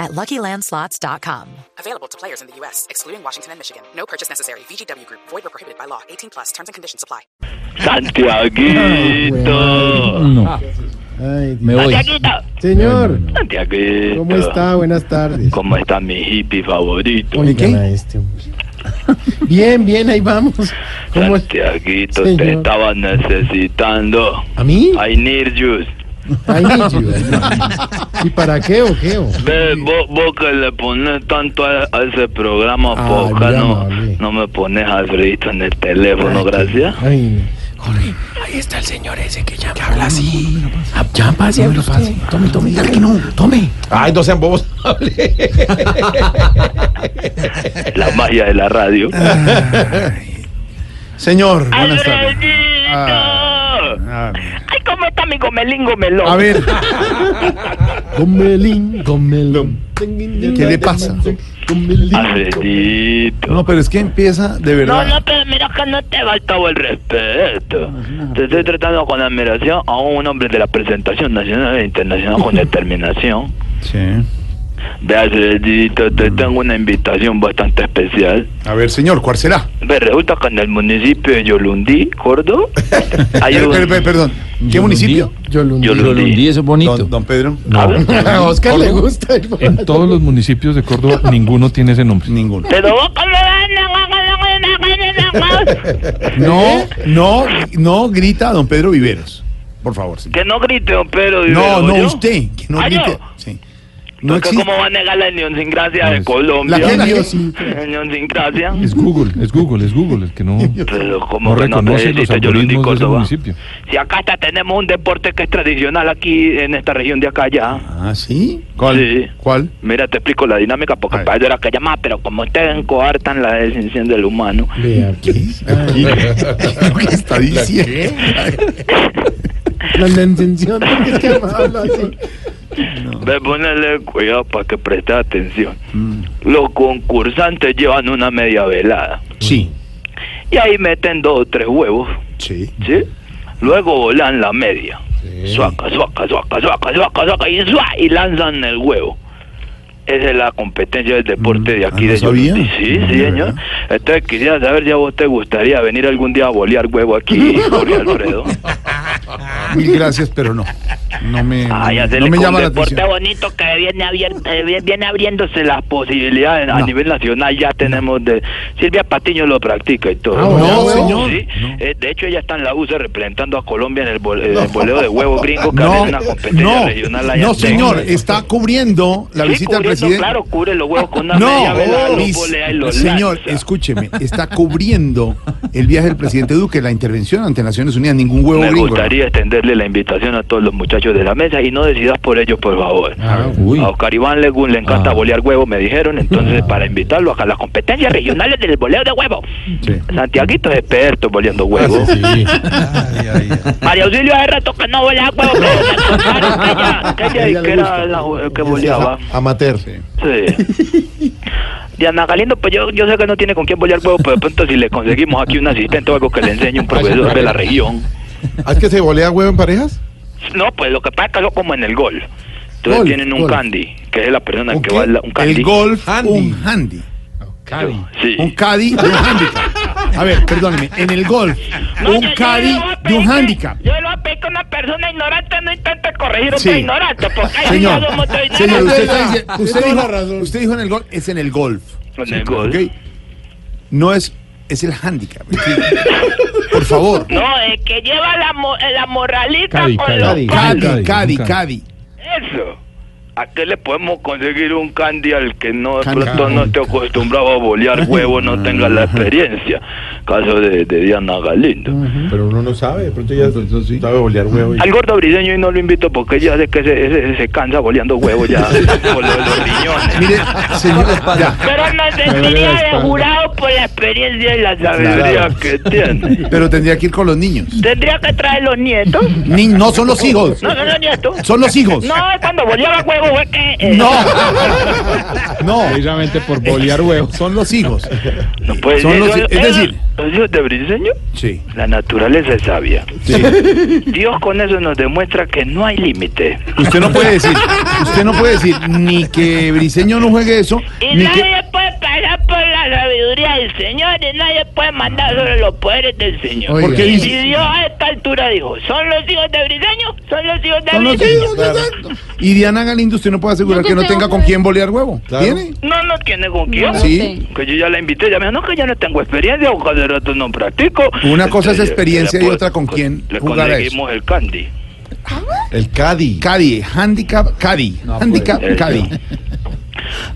at luckylandslots.com. Available to players in the U.S., excluding Washington and Michigan. No purchase necessary. VGW Group, void or prohibited by law. 18 plus terms and conditions apply. Santiaguito. Ah, No, Ay, me voy. Santiaguito. señor, Santiaguito. ¿cómo está? Buenas tardes. ¿Cómo está mi hippie favorito? Oigan a este hombre. Bien, bien, ahí vamos. ¿Cómo es? Santiaguito, Señor. te estaba necesitando. ¿A mí? I need you. I need you. ¿Y para qué o qué? o? Ve, vos, vos que le pones tanto a, a ese programa, Ah, por acá mira, no, mami. no me pones al grito en el teléfono, gracias. Ay, Jorge. Ahí está el señor ese que llama. habla así. Ah, Ya, pase, habla usted. Tome, tome. Dígale que no. Tome. Ay, no sean bobos. La magia de la radio. Ah, Señor, buenas tardes. ¡Alfredito! Ah, Ay, ¿cómo está mi gomelín gomelón? A ver, Gomelín, gomelón. ¿qué le pasa? Alfredito. No, pero es que empieza de No, no, verdad. pero mira que no te faltaba el respeto. Te estoy tratando con admiración a un hombre de la presentación nacional e internacional con determinación. Sí. Ve, Alfredito, te tengo una invitación bastante especial. A ver, señor, ¿cuál será? Ve, resulta que en el municipio de Yolundí, Córdoba, hay Pero, un... pero, pero, Eh, perdón, ¿qué municipio? Yo lo Yo lo- Lundí, eso es bonito. Don, don Pedro. A ver, A Oscar le gusta. igual. En todos los municipios de Córdoba ninguno tiene ese nombre. Ninguno. Pero vos cómo vas? No, no, no grita don Pedro Viveros. Por favor, señor. Que no grite, don Pedro. No, Vivero, no, ¿oyó? usted. Que no Ah, yo. grite. Sí. No Porque existe. Pues, ¿Cómo va a negar la unión sin gracia No, de es- Colombia? La gente- Unión sin gracia. Es Google, es Google, es Google el que no, Pero no como que no eh, reconoce los necesita Yolundí, algoritmos de ese Córdoba. municipio. Si acá hasta tenemos un deporte que es tradicional aquí en esta región de acá ya. Ah, ¿sí? ¿Cuál? Sí. ¿Cuál? Mira, te explico la dinámica porque A ver. para eso era que llamaba, pero como ustedes coartan la decisión del humano. Vea, pues. Aquí. ¿Qué está diciendo? La intención es que habla así. Ve, ponerle cuidado para que preste atención. Mm. Los concursantes llevan una media velada Sí. y ahí meten dos o tres huevos, Sí. ¿sí? Luego volan la media. Suaca, suaca, suaca, suaca, suaca, suaca y suá, y lanzan el huevo. Esa es la competencia del deporte de Ah, aquí ¿no de sabía? Yolundí. Sí, Ah, sí, de señor. verdad. Entonces quisiera saber si a vos te gustaría venir algún día a bolear huevo aquí, Jorge Alfredo. Mil gracias, pero no. No me, Ay, no, hacerle me con llama la deporte atención. bonito que viene, abier- eh, vi- viene abriéndose las posibilidades a No. nivel nacional. Ya tenemos de Silvia Patiño lo practica y todo. Ah, bueno, No, bueno. señor. Sí, eh, de hecho ella está en la USA representando a Colombia en el, bol- eh, el boleo de huevo gringo que No, hace una competencia no, regional. allá no, en señor, Texas. está cubriendo la Sí, visita al cubriendo, presidente. Claro, cubre los huevos con una media vela, No, los oh, mis- bolea y los señor, lanza. escúcheme, está cubriendo el viaje del presidente Duque, la intervención ante Naciones Unidas, ningún huevo Me gringo. gustaría extenderle la invitación a todos los muchachos de la mesa y no decidas por ellos, por favor. uy. A Oscar Iván Legún le Ah. encanta bolear huevo, me dijeron. Entonces, para invitarlo acá a las competencias regionales del boleo de huevo. Santiaguito es experto Ah, boleando huevo. María Auxilio hace rato que no bolea huevo, pero le contaron que ella, que ella Ella le que era gusta. la hue- que boleaba. Amateur. Sí. Diana Galindo, pues yo, yo sé que no tiene con quién bolear huevo, pero de pronto si le conseguimos aquí un asistente o algo que le enseñe un profesor de la región. ¿Ah, ¿Es que se volea huevo en parejas? No, pues lo que pasa es que eso como en el gol. Entonces Gol, tienen un gol. candy, que es la persona que va a la- un candy. El golf, Handy. un handy. Sí. Un caddy de un handicap. A ver, perdóneme, en el golf, No, yo- un yo caddy le voy a de pedir un que- handicap. Yo le voy a pedir que una persona ignorante no intente corregir a otra Sí. ignorante, porque ahí sí Señor, no somos todos señor, ignorantes. usted, está dici- Tiene toda usted la dijo, razón. usted dijo en el golf, es en el golf. En el gol. ¿ok? No es, es el handicap. es decir, Por favor. No, es que lleva la, mo- la morralita Cádiz, con Cádiz. los Cádiz. palos. Cadi, Cadi, un Cadi. Eso. ¿A qué le podemos conseguir un candy al que no de Candy. pronto no esté acostumbrado a bolear huevo, no tenga la experiencia? Caso de, de Diana Galindo. Pero uno no sabe, de pronto ya sabe bolear huevo. Y... Al gordo briseño y no lo invito porque ya sé que se, se- se cansa boleando huevo ya por lo de los riñones. Mire, señor, ya. Pero me sentiría de jurado por la experiencia y la sabiduría que tiene. pero tendría que ir con los niños. ¿Tendría que traer los nietos? Ni- no son los hijos, No, no, no, nietos. son los hijos. No, cuando boleaba huevo fue que... eh, No, no, Precisamente por bolear huevos. son los hijos. no puede Son ser, los- eh, son- es decir- ¿Los hijos de briseño? Sí. La naturaleza es sabia. sí. Dios con eso nos demuestra que no hay límite. Usted no puede decir, usted no puede decir ni que Briseño no juegue eso, Y ni nadie que puede pagar por la sabiduría del Señor y nadie puede mandar sobre los poderes del Señor. ¿Por qué y dice? si Dios a esta altura dijo, son los hijos de Briseño, son los hijos de Son los Briseño. hijos, exacto. Y Diana Galindo, usted no puede asegurar que no tenga con quién bolear huevo. Claro. ¿Tiene? No, no tiene con quién. Sí. Que yo ya la invité, ya me dijo, no, que yo no tengo experiencia, o de rato no practico. Una cosa es Este, Entonces, experiencia le y puedo- otra con quién Le jugar a eso. conseguimos el candy. El Cadi. Caddy, handicap, Caddy, handicap, pues, Caddy.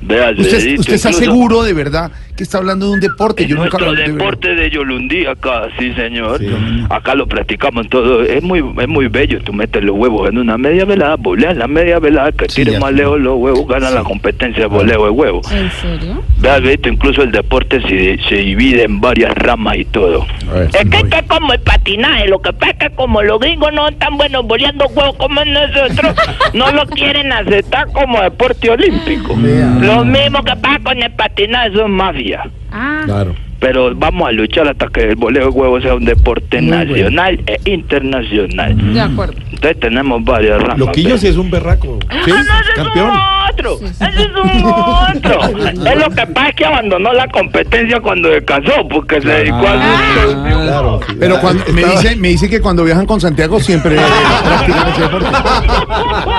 Vea, Usted, Alfredito, usted está incluso seguro de verdad que está hablando de un deporte. en Yo nunca nuestro lo- de verdad. deporte de Yolundí acá, sí señor, Sí. acá lo practicamos todo, es muy es muy bello, tú metes los huevos en una media velada, boleas la media velada, que Sí, tire ya. Ah. más lejos los huevos, gana la competencia de voleo de huevos. ¿En serio? Vea, Alfredito, incluso el deporte se, se divide en varias ramas y todo. Es que esto es como el patinaje, lo que pasa es que como los gringos no son tan buenos boleando huevos como nosotros, no lo quieren aceptar como deporte olímpico. Lo mismo que pasa con el patinaje, son mafias. Ah, Claro. pero vamos a luchar hasta que el boleo de huevo sea un deporte nacional e internacional. Mm. de acuerdo. Entonces tenemos varias ramas. Loquillo pero- sí es un berraco. Ah, no, ese campeón. es un monstruo, ese es un monstruo. Es lo que pasa es que abandonó la competencia cuando descansó, porque Ah. se dedicó a luchar. Claro. sí. Pero Ah, cuando, me, estaba- dice, me dice que cuando viajan con Santiago siempre eh, practican ese deporte.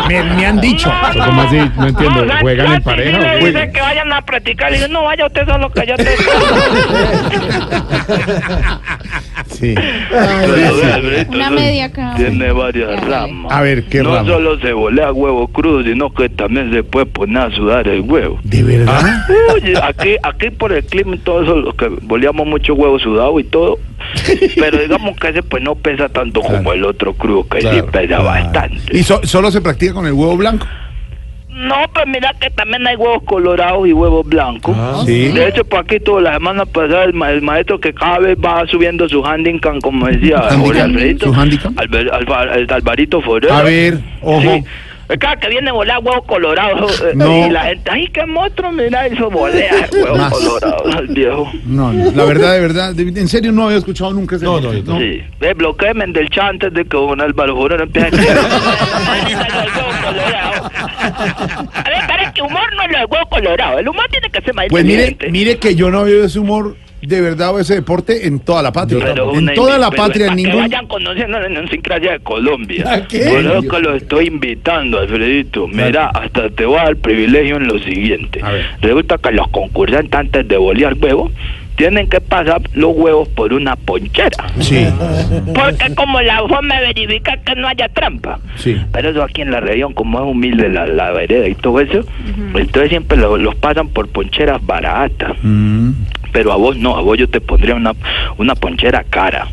Me, me han dicho. ¿Cómo así? No entiendo. o sea, ¿Juegan en Santi pareja sí o le juegan? dice que vayan a practicar, le digo, no vaya usted solo que yo te... Sí. Pero, vea, Alberto, Una eso media cada Tiene uno. varias Ya, ramas. A ver, ¿qué no rama? solo se volea huevo crudo, sino que también se puede poner a sudar el huevo. Ah, ¿De verdad? Oye, aquí, aquí por el clima y todo eso, los que boleamos mucho huevo sudado y todo. Pero digamos que ese pues no pesa tanto como el otro crudo, que sí Claro, pesa claro. bastante. ¿Y so- solo se practica con el huevo blanco? No, pues mira que también hay huevos colorados y huevos blancos. Ah, Sí. De hecho, por aquí toda la semana pasada el, ma- el maestro que cada vez va subiendo su handicap, como decía Handicap. Jorge Alfredito, ¿Su handicap? Albert- Alfa- el Alvarito Forero. A ver, ojo. Sí. Es cada que viene a volar huevo colorado. eh, No. Y la gente, ay, qué monstruo, mira, eso volea huevo Más. colorado al viejo. No, no, la verdad, de verdad, de- en serio no había escuchado nunca ese No, deporte, no, Sí. Eh, bloqueame del chat antes de que un Álvaro Juro no empiece a creer. A ver, para que humor no es lo de huevo colorado, el humor tiene que ser más Pues mire, inteligente. mire que yo no había oído ese humor de verdad o ese deporte en toda la patria. Pero En una toda invi- la pero patria, en para Que ningún... vayan conociendo la idiosincrasia de Colombia. ¿A qué? Por eso que lo estoy invitando, Alfredito. Mira, hasta te voy a dar privilegio en lo siguiente. A ver. Resulta que los concursantes antes de bolear huevos tienen que pasar los huevos por una ponchera. Sí, Porque como la forma de verificar que no haya trampa. sí. Pero eso aquí en la región, como es humilde la, la vereda y todo eso, entonces siempre lo- los pasan por poncheras baratas. Pero a vos no, a vos yo te pondría una, una ponchera cara.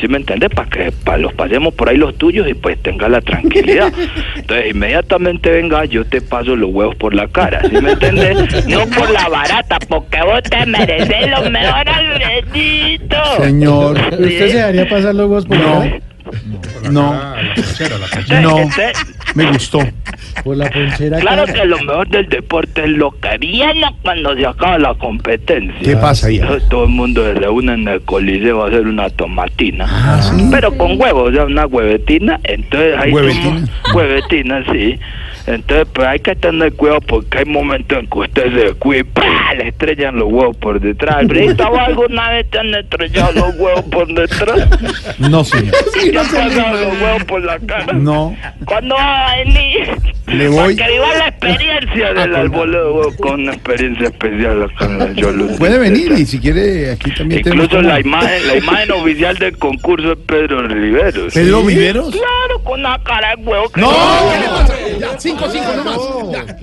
¿Sí me entendés? Para que pa' los pasemos por ahí los tuyos y pues tenga la tranquilidad. Entonces, inmediatamente venga, yo te paso los huevos por la cara. ¿Sí me entendés? No por la barata, porque vos te mereces lo mejor, Alfredito. Señor, ¿Usted se daría pasar los huevos por la no, ¿eh? cara? no, no, me gustó. Por la ponchera. Claro cara. que lo mejor del deporte es lo que viene cuando se acaba la competencia. ¿Qué pasa ahí? Eso todo el mundo se reúne en el coliseo a hacer una tomatina. Ah, Pero con huevos, o sea, una huevetina. Entonces ahí ¿Huevetina? somos- huevetina, sí. Entonces, pues hay que tener cuidado porque hay momentos en que usted se descuida y ¡pah! le estrellan los huevos por detrás. Alfredito, ¿vos alguna vez te han estrellado los huevos por detrás? No, señor. ¿Y te han pasado los huevos por la cara? No, ¿Cuándo va a venir? Le Para voy- que viva la experiencia del arbolado con una experiencia especial acá en la Yolundí. puede venir y si quiere aquí también tenemos Incluso como- la imagen, la imagen oficial del concurso es Pedro Riveros. Pedro Viveros. Claro, con una cara de huevo. que- No, ¿qué le pasa? Ya, cinco, cinco, no más. Ya.